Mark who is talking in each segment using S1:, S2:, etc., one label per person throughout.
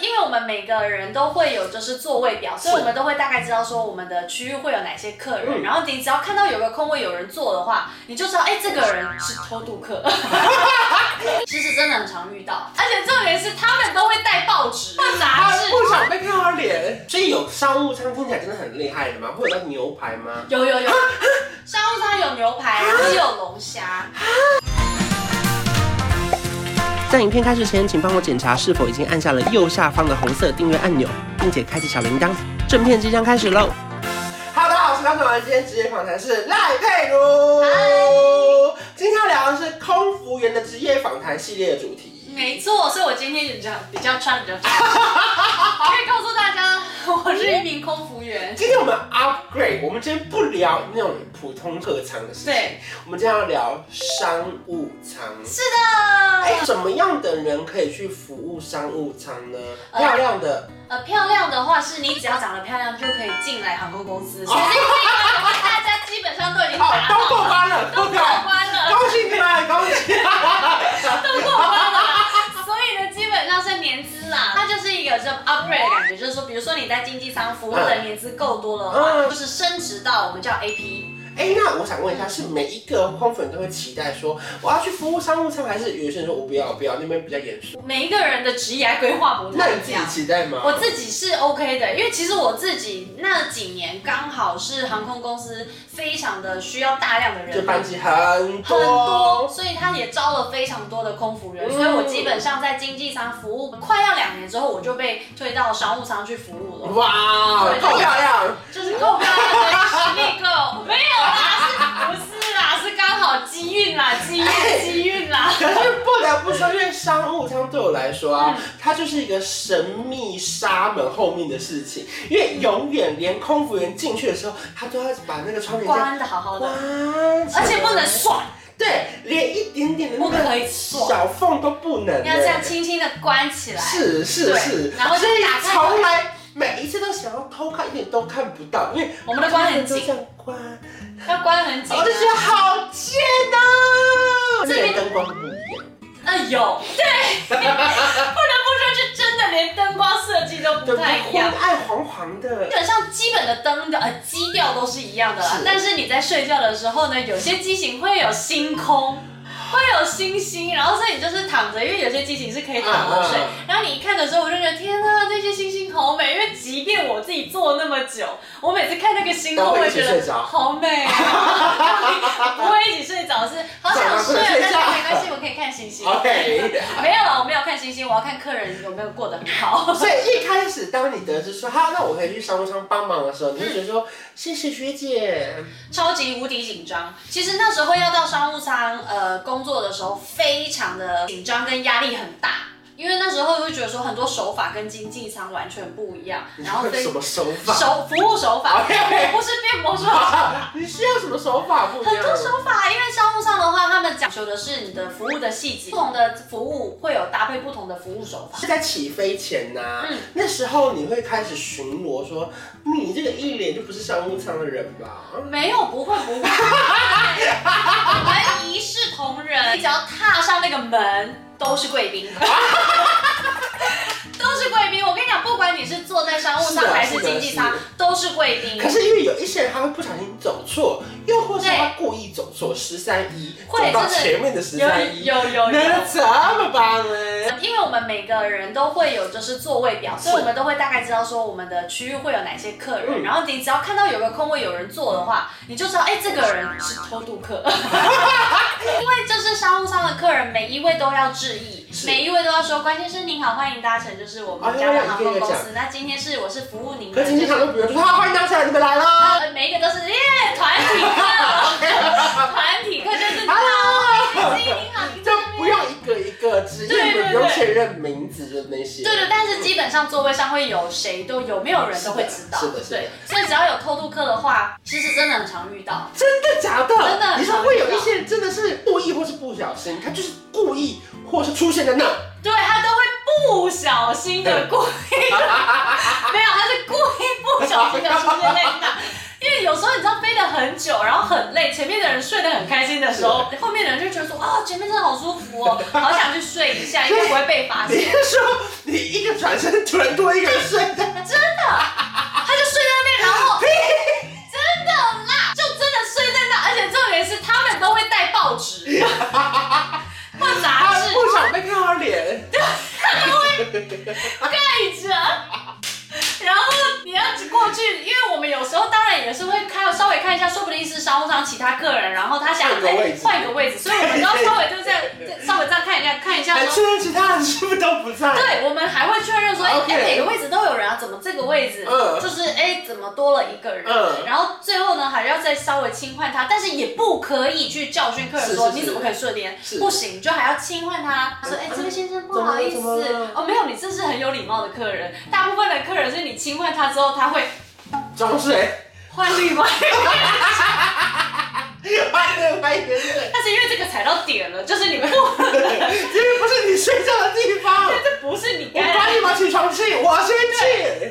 S1: 为我们每个人都会有就是座位表，所以我们都会大概知道说我们的区域会有哪些客人。然后你只要看到有个空位有人坐的话，你就知道哎、这个人是偷渡客。其实真的很常遇到，而且重点是他们都会带报纸、杂
S2: 他
S1: 志。
S2: 不想被看到脸，所以有商务舱听起来真的很厉害的吗？会有那牛排吗？
S1: 有有有，商务舱有牛排，然后也有龙虾。
S2: 在影片开始前，请帮我检查是否已经按下了右下方的红色订阅按钮，并且开启小铃铛。正片即将开始喽！Hello，大家好，我是高总文，今天职业访谈是赖佩如。今天要聊的是空服员的职业访谈系列主题。
S1: 没错，所以我今天比较比较穿得比较正式，可以告诉大家，我是一名空服员。
S2: 今天我们 upgrade，我们今天不聊那种普通客舱的事情，
S1: 对，
S2: 我们今天要聊商务舱。
S1: 是的。
S2: 哎，怎么样的人可以去服务商务舱呢？
S1: 呃
S2: 漂亮的，
S1: 呃，漂亮的话是你只要长得漂亮就可以进来航空公司，所以这个大家基本啊上都已经
S2: 哦
S1: 达，
S2: 都
S1: 到
S2: 过
S1: 了，
S2: 关了，
S1: 都
S2: 都
S1: 过
S2: 过关。
S1: 关了，
S2: 恭喜你们，恭喜！
S1: 都过关了。所以呢，基本上是年资
S2: 嗯
S1: 啦，它就是一个这 upgrade 的感觉，就是说，比如说你在经济舱服务的年资够多的话，
S2: 嗯
S1: 就是升职到我们叫 AP。
S2: 哎，那我想问一下，是每一个空粉都会期待说我要去服务商务舱，还是有些人说我不要，我不要，那边比较严肃？
S1: 每一个人的职业规划不
S2: 那
S1: 太
S2: 你自
S1: 一
S2: 己
S1: 样。
S2: 期待吗？
S1: 我自己是 OK 的，因为其实我自己那几年刚好是航空公司非常的需要大量的人，
S2: 就班级很
S1: 很
S2: 多
S1: 多，，所以他也招了非常多的空服人，
S2: 嗯
S1: 所以我基本上在经济舱服务快要两年之后，我就被推到商务舱去服务了，
S2: 哇，
S1: 对
S2: 够漂亮！
S1: 就是够漂亮，实力够，没有啦，是不是啦？是刚好机运啦，机运机运啦，
S2: 可是不得不说，因为商务舱对我来说啊，
S1: 嗯
S2: 它就是一个神秘沙门后面的事情，因为永远连空服员进去的时候，他都要把那个窗帘这样
S1: 关的好好的，
S2: 关起来，
S1: 而且不能甩，
S2: 对，连一点点的
S1: 不
S2: 那
S1: 可
S2: 个
S1: 以甩，
S2: 小缝都不能、
S1: 你要这样
S2: 欸
S1: 轻轻的关起来。
S2: 是是
S1: 对
S2: 是，
S1: 然后就
S2: 所以
S1: 打开
S2: 从来每一次都想要偷看，一点都看不到，因为
S1: 我们的关很紧
S2: 都这样关，
S1: 要关很紧、
S2: 我就觉得好贱啊！
S1: 这
S2: 这
S1: 边
S2: 边灯光不一样，
S1: 呃，有，对， 不得不说，是真的连灯光设计都
S2: 对
S1: 不
S2: 不
S1: 太
S2: 对？
S1: 一
S2: 昏
S1: 样。
S2: 暗黄黄的
S1: 基。本上基本的灯的呃基调都是一样的啦，
S2: 是
S1: 但是你在睡觉的时候呢，有些机型会有星空，会有星星，然后所以你就是躺着，因为有些机型是可以躺着睡。
S2: 嗯
S1: 然后你一看的时候，我就觉得天啊，这些星星好美，因为即便我自己坐那么久，我每次看那个星空，
S2: 都
S1: 我
S2: 会
S1: 也
S2: 一起
S1: 觉得
S2: 睡着
S1: 好美、 啊。不会一起睡着是好想睡啊，但是没关系，我可以看星星。
S2: OK，
S1: 没有了，我没有看星星，我要看客人有没有过得很 好。
S2: 所以一开始当你得知说好，那我可以去商务舱帮忙的时候，你就觉得说谢谢学姐，
S1: 超级无敌紧张。其实那时候要到商务舱呃工作的时候，非常的紧张跟压力很大，因为那时候会觉得说很多手法跟经济舱完全不一 样，然后非
S2: 什么手 法？
S1: 手服务手法，
S2: OK
S1: 不是变魔术手 法。
S2: 你需要什么手法不一
S1: 很
S2: 样？
S1: 多手法，因为商务舱的话，他们讲究的是你的服务的细节，不同的服务会有搭配不同的服务手法。
S2: 是在起飞前呐、
S1: 嗯
S2: 那时候你会开始巡逻说，你这个一脸就不是商务舱的人吧？
S1: 没有，不会，不会，我们一视同仁。你只要踏上那个门，都是贵 宾，都是贵宾。我跟你讲，不管你是坐在商务
S2: 是
S1: 舱
S2: 的
S1: 还是
S2: 是的
S1: 经济
S2: 是
S1: 舱
S2: 的，
S1: 都是贵宾
S2: 可。是因为有一些人他会不小心走错，又或是
S1: 对
S2: 他故意走错十三一，
S1: 会
S2: 走到
S1: 真的
S2: 前面的十
S1: 有
S2: 三一，
S1: 有有有。
S2: 那怎么欸办呢？
S1: 因为我们每个人都会有就是座位表，所以
S2: 是
S1: 我们都会大概知道说我们的区域会有哪些客人。
S2: 嗯
S1: 然后你只要看到有个空位有人坐的话，你就知道哎、这个人是偷渡 客。因为就是商务舱的客人，每一位都要致意，
S2: 是
S1: 每一位都要说关先生您好，欢迎搭乘就是我们家的航空公司。那今天是我是服务您
S2: 可
S1: 的，
S2: 是今天
S1: 就
S2: 他
S1: 是
S2: 都不用说，好，欢迎大家来，你们 来啦
S1: 呃每一个都是耶团体 客，团体客就是你好，
S2: ，Hello，
S1: 欢迎您好，您在
S2: 就
S1: 那边
S2: 不用一个一个职
S1: 对对
S2: 业，
S1: 对
S2: 不用确认名字的那些，
S1: 对对，但是基本上座位上会有谁都有没有人都会知道，
S2: 是的是的是的
S1: 对，所以只要有偷渡客的话，其实真的很常遇到。
S2: 真的假的？
S1: 真的
S2: 你说会有一些人真的是故意或是不小心，他就是故意或是出现在那。
S1: 对他都会不小心 的故意，没有，他是故意不小心的出现在那，因为且有时候你知道飞得很久，然后很累，前面的人睡得很开心的时候，后面的人就觉得说啊，前面真的好舒服哦，好想去睡一下，应该不会被发
S2: 你
S1: 现。
S2: 是说你一个转身突然多一个人睡在？
S1: 真的，他就睡在那边，然后真的啦，就真的睡在那，而且重点是他们都会带报 纸或杂
S2: 他
S1: 志
S2: 不想被看到脸，
S1: 盖着。然后你要过去，因为我们有时候当然也是会看稍微看一下，说不定是商务舱其他客人，然后他想
S2: 换个
S1: 哎
S2: 位置
S1: 换一个位置，所以我们都要稍微就这 样稍微这样看一下看一下
S2: 还
S1: 说
S2: 确认其他人是不是都不在？
S1: 对，我们还会确认说，哎、
S2: OK
S1: 哎每个位置都有人啊，怎么这个位置、
S2: 嗯
S1: 就是哎、怎么多了一个人？
S2: 嗯
S1: 然后最后呢，还要再稍微轻唤他，但是也不可以去教训客人说
S2: 是是是
S1: 你怎么可以顺连
S2: 是，啊
S1: 不行，就还要轻唤他，说哎、这位先生不好意
S2: 怎
S1: 思
S2: 么了怎么了
S1: 哦，没有，你这是很有礼貌的客人，大部分的客人是你轻唤他之后，他会
S2: 装 睡，
S1: 换另外 一个，
S2: 换另外一个 睡，
S1: 但是因为这个踩到点了，就是你们不，
S2: 因为不是你睡觉的地方。
S1: 这不是你
S2: 我
S1: 该来
S2: 管你们起床气，我先去。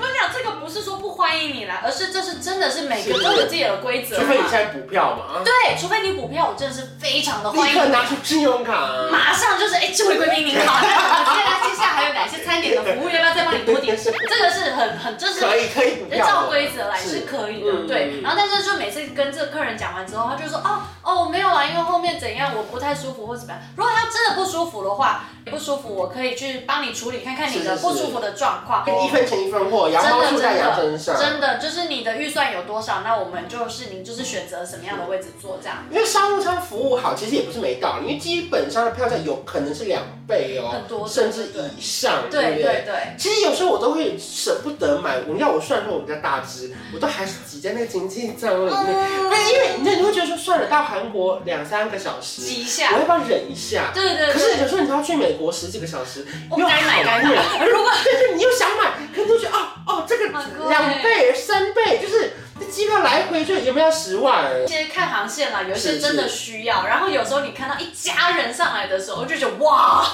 S1: 我讲这个不是说不欢迎你来，而是这是真的是每个
S2: 是
S1: 都有自己的规则
S2: 除
S1: 嘛。
S2: 非你现在补票嘛，
S1: 对，除非你股票，我真的是非常的欢
S2: 啊立
S1: 迎
S2: 刻
S1: 你。
S2: 拿出信用卡。啊
S1: 马上就是，哎，这位贵宾您好， 那我们接下来接下来还有哪些餐点的服务，要不要再帮你多 点？这个是很很就是
S2: 可以可以补票的，
S1: 照规则来是
S2: 是
S1: 可以
S2: 嗯
S1: 的，
S2: 嗯
S1: 对。然后但是就每次跟这个客人讲完之后，他就说哦哦没有啊，因为后面怎样我不太舒服或怎么样。如果他真的不舒服的话，不舒服我可以去帮你处理看看你的
S2: 是是
S1: 不舒服的状况。
S2: 一分钱一分货，羊毛
S1: 真
S2: 出
S1: 的
S2: 在羊
S1: 真
S2: 身
S1: 的
S2: 上。
S1: 真的就是你的预算有多少，那我们就是您就是选择什么样的位置坐这样。
S2: 因为商务舱服务好，其实也不是没道理，因为基本上的票价有可能是两倍哦，
S1: 很多
S2: 甚至以上，对
S1: 对
S2: 不
S1: 对
S2: 对？
S1: 对，
S2: 其实有时候我都会舍不得买，你要我虽然说我比较大只，我都还是挤在那个经济舱里面。
S1: 嗯
S2: 那因为你知道你会觉得说，算了，到韩国两三个小时，
S1: 挤一
S2: 我
S1: 下，
S2: 要不要忍一下？
S1: 对对
S2: 可是
S1: 对，
S2: 有时候你知道去美国十几个小时，
S1: 我该买该买。
S2: 如果但是你又想买，可能就觉得哦哦，这个
S1: 很贵
S2: 两倍、三倍，就是这机票来回就有没有十万？
S1: 一些看航线啦，有一
S2: 是
S1: 些
S2: 是嗯
S1: 真的需要。然后有时候你看到一家人上来的时候，就觉得哇，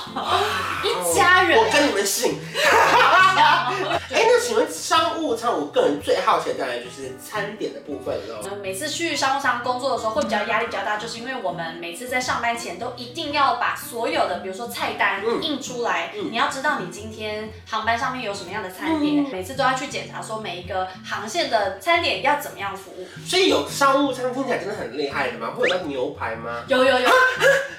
S1: 一家人
S2: 哦我跟你们姓。哎、那请问商务舱，我个人最好奇的当然就是餐点的部分
S1: 我
S2: 喽。
S1: 们每次去商务舱工作的时候会比较压力比较大，就是因为我们每次在上班前都一定要把所有的，比如说菜单
S2: 嗯
S1: 印出来，
S2: 嗯
S1: 你要知道你今天航班上面有什么样的餐点，每次都要去检查说每一个航线的餐点要怎么样服务。
S2: 所以有商务舱听起来真的很厉害的吗？会有那个牛排吗？
S1: 有有有，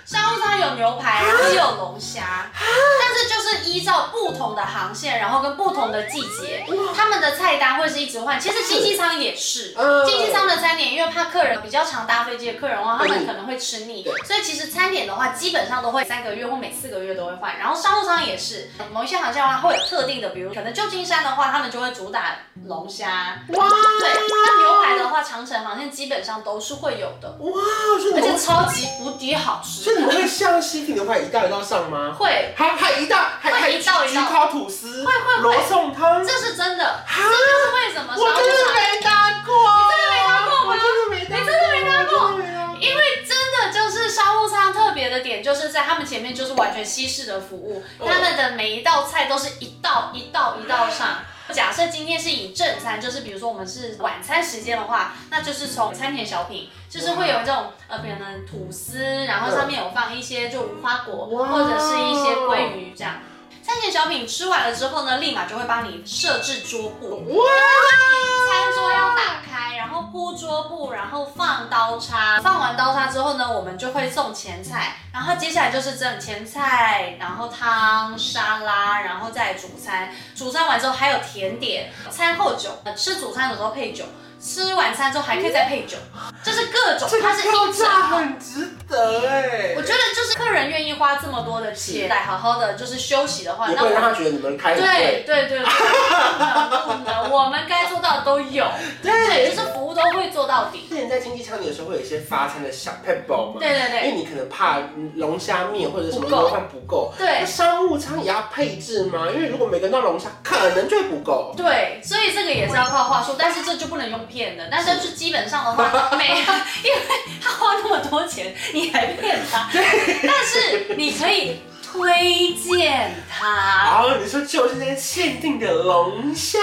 S1: 商务舱有牛排，然后也有龙虾，但是就是依照不同的航线，然后跟不同的季节，他们的菜单会是一直换。其实经济舱也是。
S2: 嗯
S1: 经济舱的餐点，因为怕客人比较常搭飞机的客人的话，他
S2: 嗯
S1: 们可能会吃腻
S2: 对，
S1: 所以其实餐点的话，基本上都会三个月或每四个月都会换。然后商务舱也是，某一些航线的话会有特定的，比如可能旧金山的话，他们就会主打龙虾，
S2: 哇，
S1: 对。那牛排的话，长城航线基本上都是会有的。
S2: 哇，所以
S1: 而
S2: 你
S1: 且
S2: 们，
S1: 超级无敌好
S2: 所以
S1: 吃，
S2: 你们会像西饼牛排一道一道上吗？
S1: 会，
S2: 还还一道，还
S1: 会
S2: 还
S1: 一道一
S2: 焗
S1: 道
S2: 烤吐司，
S1: 会会
S2: 罗宋汤
S1: 这。是啊真的，这
S2: 哈
S1: 就是为什么
S2: 我
S1: 商
S2: 真的
S1: 务舱，
S2: 没搭过，啊
S1: 你你真的没搭
S2: 真的没搭过吗？
S1: 过
S2: 我真的没搭过。
S1: 因为真的就是商务舱特别的点，就是在他们前面就是完全西式的服务，
S2: 嗯
S1: 他们的每一道菜都是一道一道一道上。假设今天是以正餐，就是比如说我们是晚餐时间的话，那就是从餐前小品，就是会有这种呃，可能吐司，然后上面有放一些就无花果
S2: 哇
S1: 或者是一些鲑鱼这样。餐前小品吃完了之后呢，立马就会帮你设置桌布，
S2: 哇，
S1: 餐桌要打开，然后铺桌布，然后放刀叉。放完刀叉之后呢，我们就会送前菜，然后接下来就是这种前菜，然后汤、沙拉，然后再主餐。主餐完之后还有甜点，餐后酒，呃吃主餐的时候配酒。吃晚餐之后还可以再配酒，就是各种
S2: 这，
S1: 它
S2: 个
S1: 是
S2: 票
S1: 一整
S2: 价
S1: 套。
S2: 很值得哎
S1: 我。觉得就是客人愿意花这么多的钱来好好的就是休息的话，
S2: 也
S1: 那
S2: 不能让
S1: 我
S2: 他觉得你们开很
S1: 对
S2: 贵。
S1: 对对对，不能不能，我们该做到的都有。对，就是服务都会做到底。
S2: 之前在经济舱，你有时候会有一些发餐的小 p e b l 嘛，
S1: 对对对
S2: 因为你可能怕嗯龙虾面或者什么
S1: 不够
S2: 肉饭不够，
S1: 对
S2: 那商务舱也要配置吗？因为如果每个人都要龙虾，可能就会不够。
S1: 对，所以这个也是要靠话术，但是这就不能用骗的。但是就基本上的话，没，因为他花那么多钱，你还骗他。但是你可以推荐它。
S2: 哦，你说就是那个限定的龙虾，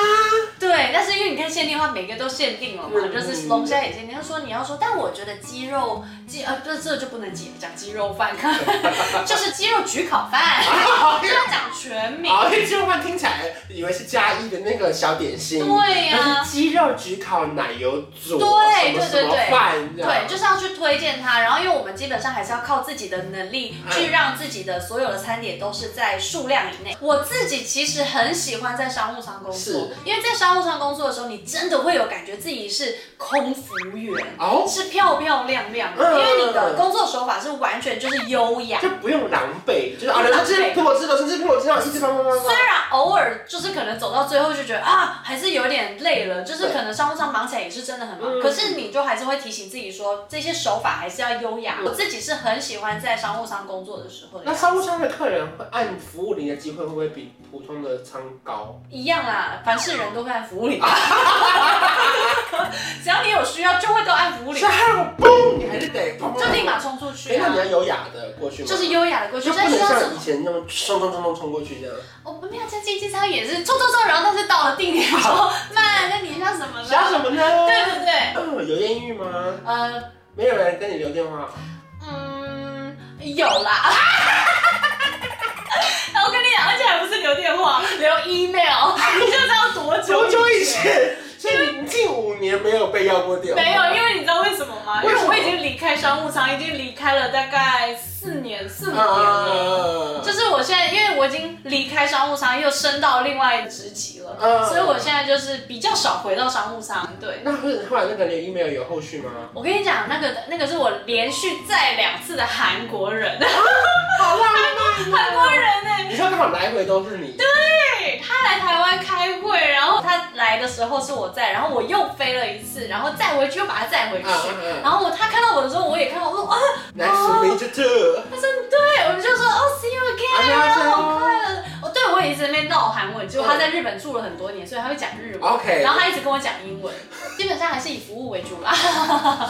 S1: 对，但是因为你看限定的话，每个都限定了嘛，
S2: 嗯
S1: 就是龙虾也限定。他说你要说，但我觉得鸡肉鸡呃，这这就不能鸡讲鸡肉饭， 就是鸡肉焗烤饭，就要讲全名。
S2: 哦，因为鸡肉饭听起来以为是加一的那个小点心，
S1: 对呀
S2: 它是鸡肉焗烤奶油煮
S1: 对
S2: 什么
S1: 对
S2: 什
S1: 对
S2: 么饭
S1: 对，
S2: 这
S1: 对，
S2: 样，
S1: 就是要去推荐它。然后，因为我们基本上还是要靠自己的能力
S2: 嗯
S1: 去让自己的所有的餐点都是在数量以内。我自己其实很喜欢在商务舱工作
S2: 是，
S1: 因为在商务舱工作的时候，你真的会有感觉自己是空服员，
S2: 哦，
S1: 是漂漂亮亮的，
S2: 嗯
S1: 因为你的工作手法是完全就是优雅。
S2: 就不用狼狈，就是啊，
S1: 不用
S2: 这
S1: 狼狈
S2: 只苹果汁了，这只苹果汁了，一直放放放放
S1: 虽。然偶尔就是可能走到最后就觉得啊，还是有点累了，就是可能商务舱忙起来也是真的很忙，
S2: 嗯
S1: 可是你就还是会提醒自己说，这些手法还是要优雅。我自己是很喜欢在商务舱工作的时候的
S2: 那
S1: 样子，
S2: 商务舱的客人会按服务铃的机会会不会比普通的舱高？
S1: 一样啦，凡是人都会按服务 铃，只要你有需要就会都按服务
S2: 所
S1: 铃
S2: 以，还有嘣，你还是得砰砰砰
S1: 就立马冲出去
S2: 哎，那
S1: 啊
S2: 你。要优雅的过去吗？
S1: 就是优雅的过去，
S2: 就不
S1: 但
S2: 能
S1: 是要哦
S2: 像以前那么冲冲冲冲冲过去这样。
S1: 我们没有在经济舱也是冲冲冲，然后但是到了定点之后，慢，那你像什么
S2: 想
S1: 呢？
S2: 什么呢？
S1: 对对对，
S2: 嗯， 有艳遇吗？
S1: 呃，
S2: 没有人跟你留电话。
S1: 嗯，有啦。 我跟你讲，而且还不是留电话，留 email，你就知道多久
S2: 多久以？前？所以你近五年没有被要过电话？
S1: 没有，因为你知道为什么吗？因
S2: 为
S1: 为
S2: 什么
S1: 我已经离开商务舱，已经离开了大概四年，四五年了。
S2: 啊
S1: 就是我现在，因为我已经离开商务舱，又升到另外一个职级了，
S2: 嗯
S1: 所以我现在就是比较少回到商务舱。对，
S2: 那是后来那个留 email 有后续吗？
S1: 我跟你讲，那个那个是我连续载两次的韩国人，
S2: 好浪漫
S1: 韩国人呢、
S2: 你说刚好来回都是你，
S1: 对他来台湾开会，然后他来的时候是我在，然后我又飞了一次，然后再回去又把他载回去。
S2: 嗯嗯嗯
S1: 然后我他看到我的时候，我也看到，我说啊，
S2: ，Nice to meet you too。
S1: 他说对，我们就说哦，see you
S2: 啊
S1: again，
S2: 对
S1: 然
S2: 啊
S1: 后
S2: 对啊
S1: 好快乐。哦，对我也一直在那边闹韩文，结果他在日本住了很多年，所以他会讲日文。
S2: OK
S1: 然后他一直跟我讲英文，基本上还是以服务为主啦。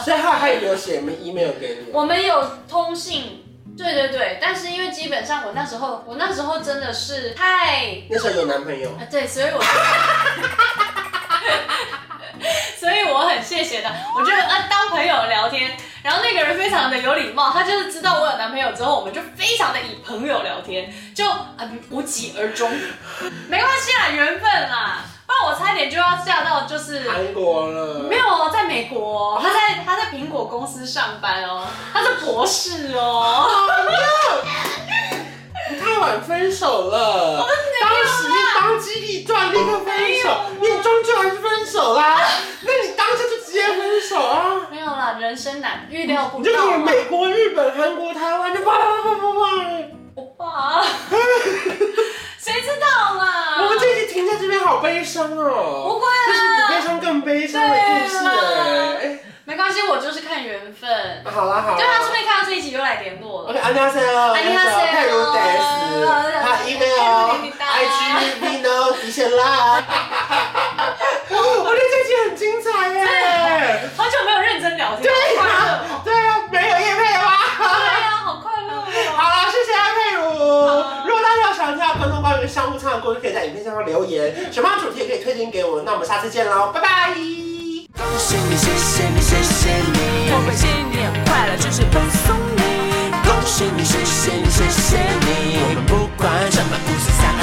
S2: 所以后来他也没有写 email 给你。
S1: 我们有通信。对对对，但是因为基本上我那时候，我那时候真的是太
S2: 那时候有男朋友，
S1: 啊，对，所以我， 所以我很谢谢的，我就呃当朋友聊天，然后那个人非常的有礼貌，他就是知道我有男朋友之后，我们就非常的以朋友聊天，就啊、无疾而终，没关系啦，缘分啦，不然我差一点就要嫁到就是。
S2: 韩国了。
S1: 没有哦，在美国、哦，他在他在苹果公司上班哦，他是博士哦。
S2: 你太晚分手了，
S1: 啊
S2: 当时当机立断，立刻
S1: 哎
S2: 分手，你终究还是分手啦。那你当下就直接分手啊！
S1: 没有啦，人生难预料不
S2: 你就
S1: 到啊
S2: 给
S1: 嘛。
S2: 美国、日本、韩国、台湾，就哇哇哇哇哇！
S1: 我爸，啊 谁知道啦？
S2: 我们这一集停在这边，好悲伤
S1: 不
S2: 哦。
S1: 会
S2: 这是比悲
S1: 啦，
S2: 伤更悲伤的故事哎、
S1: 对没关系，我就是看缘分。
S2: 好啦好啦。
S1: 对啊，顺便看到这一集又来联络了。
S2: OK，안녕하세요，
S1: 안녕하세요
S2: 泰如德斯，他 email、IG、Vino 底线啦。我觉得这集很精彩耶！
S1: 好久没有认真聊天，
S2: 对
S1: 好快乐
S2: 啊
S1: 哦。，
S2: 对啊，没有叶配吗？
S1: 对啊，好快乐哦。
S2: 好啦，谢谢安佩如。
S1: 好
S2: 如果大家有想听到更多关于商务舱的故事，可以在影片下方留言，什么样的主题也可以推荐给我们。那我们下次见喽，拜拜。
S3: 恭喜你，谢谢你，谢谢你，我们新年快乐，这是恭送你。恭喜你，谢谢你，谢谢你，我们不管什么五四三二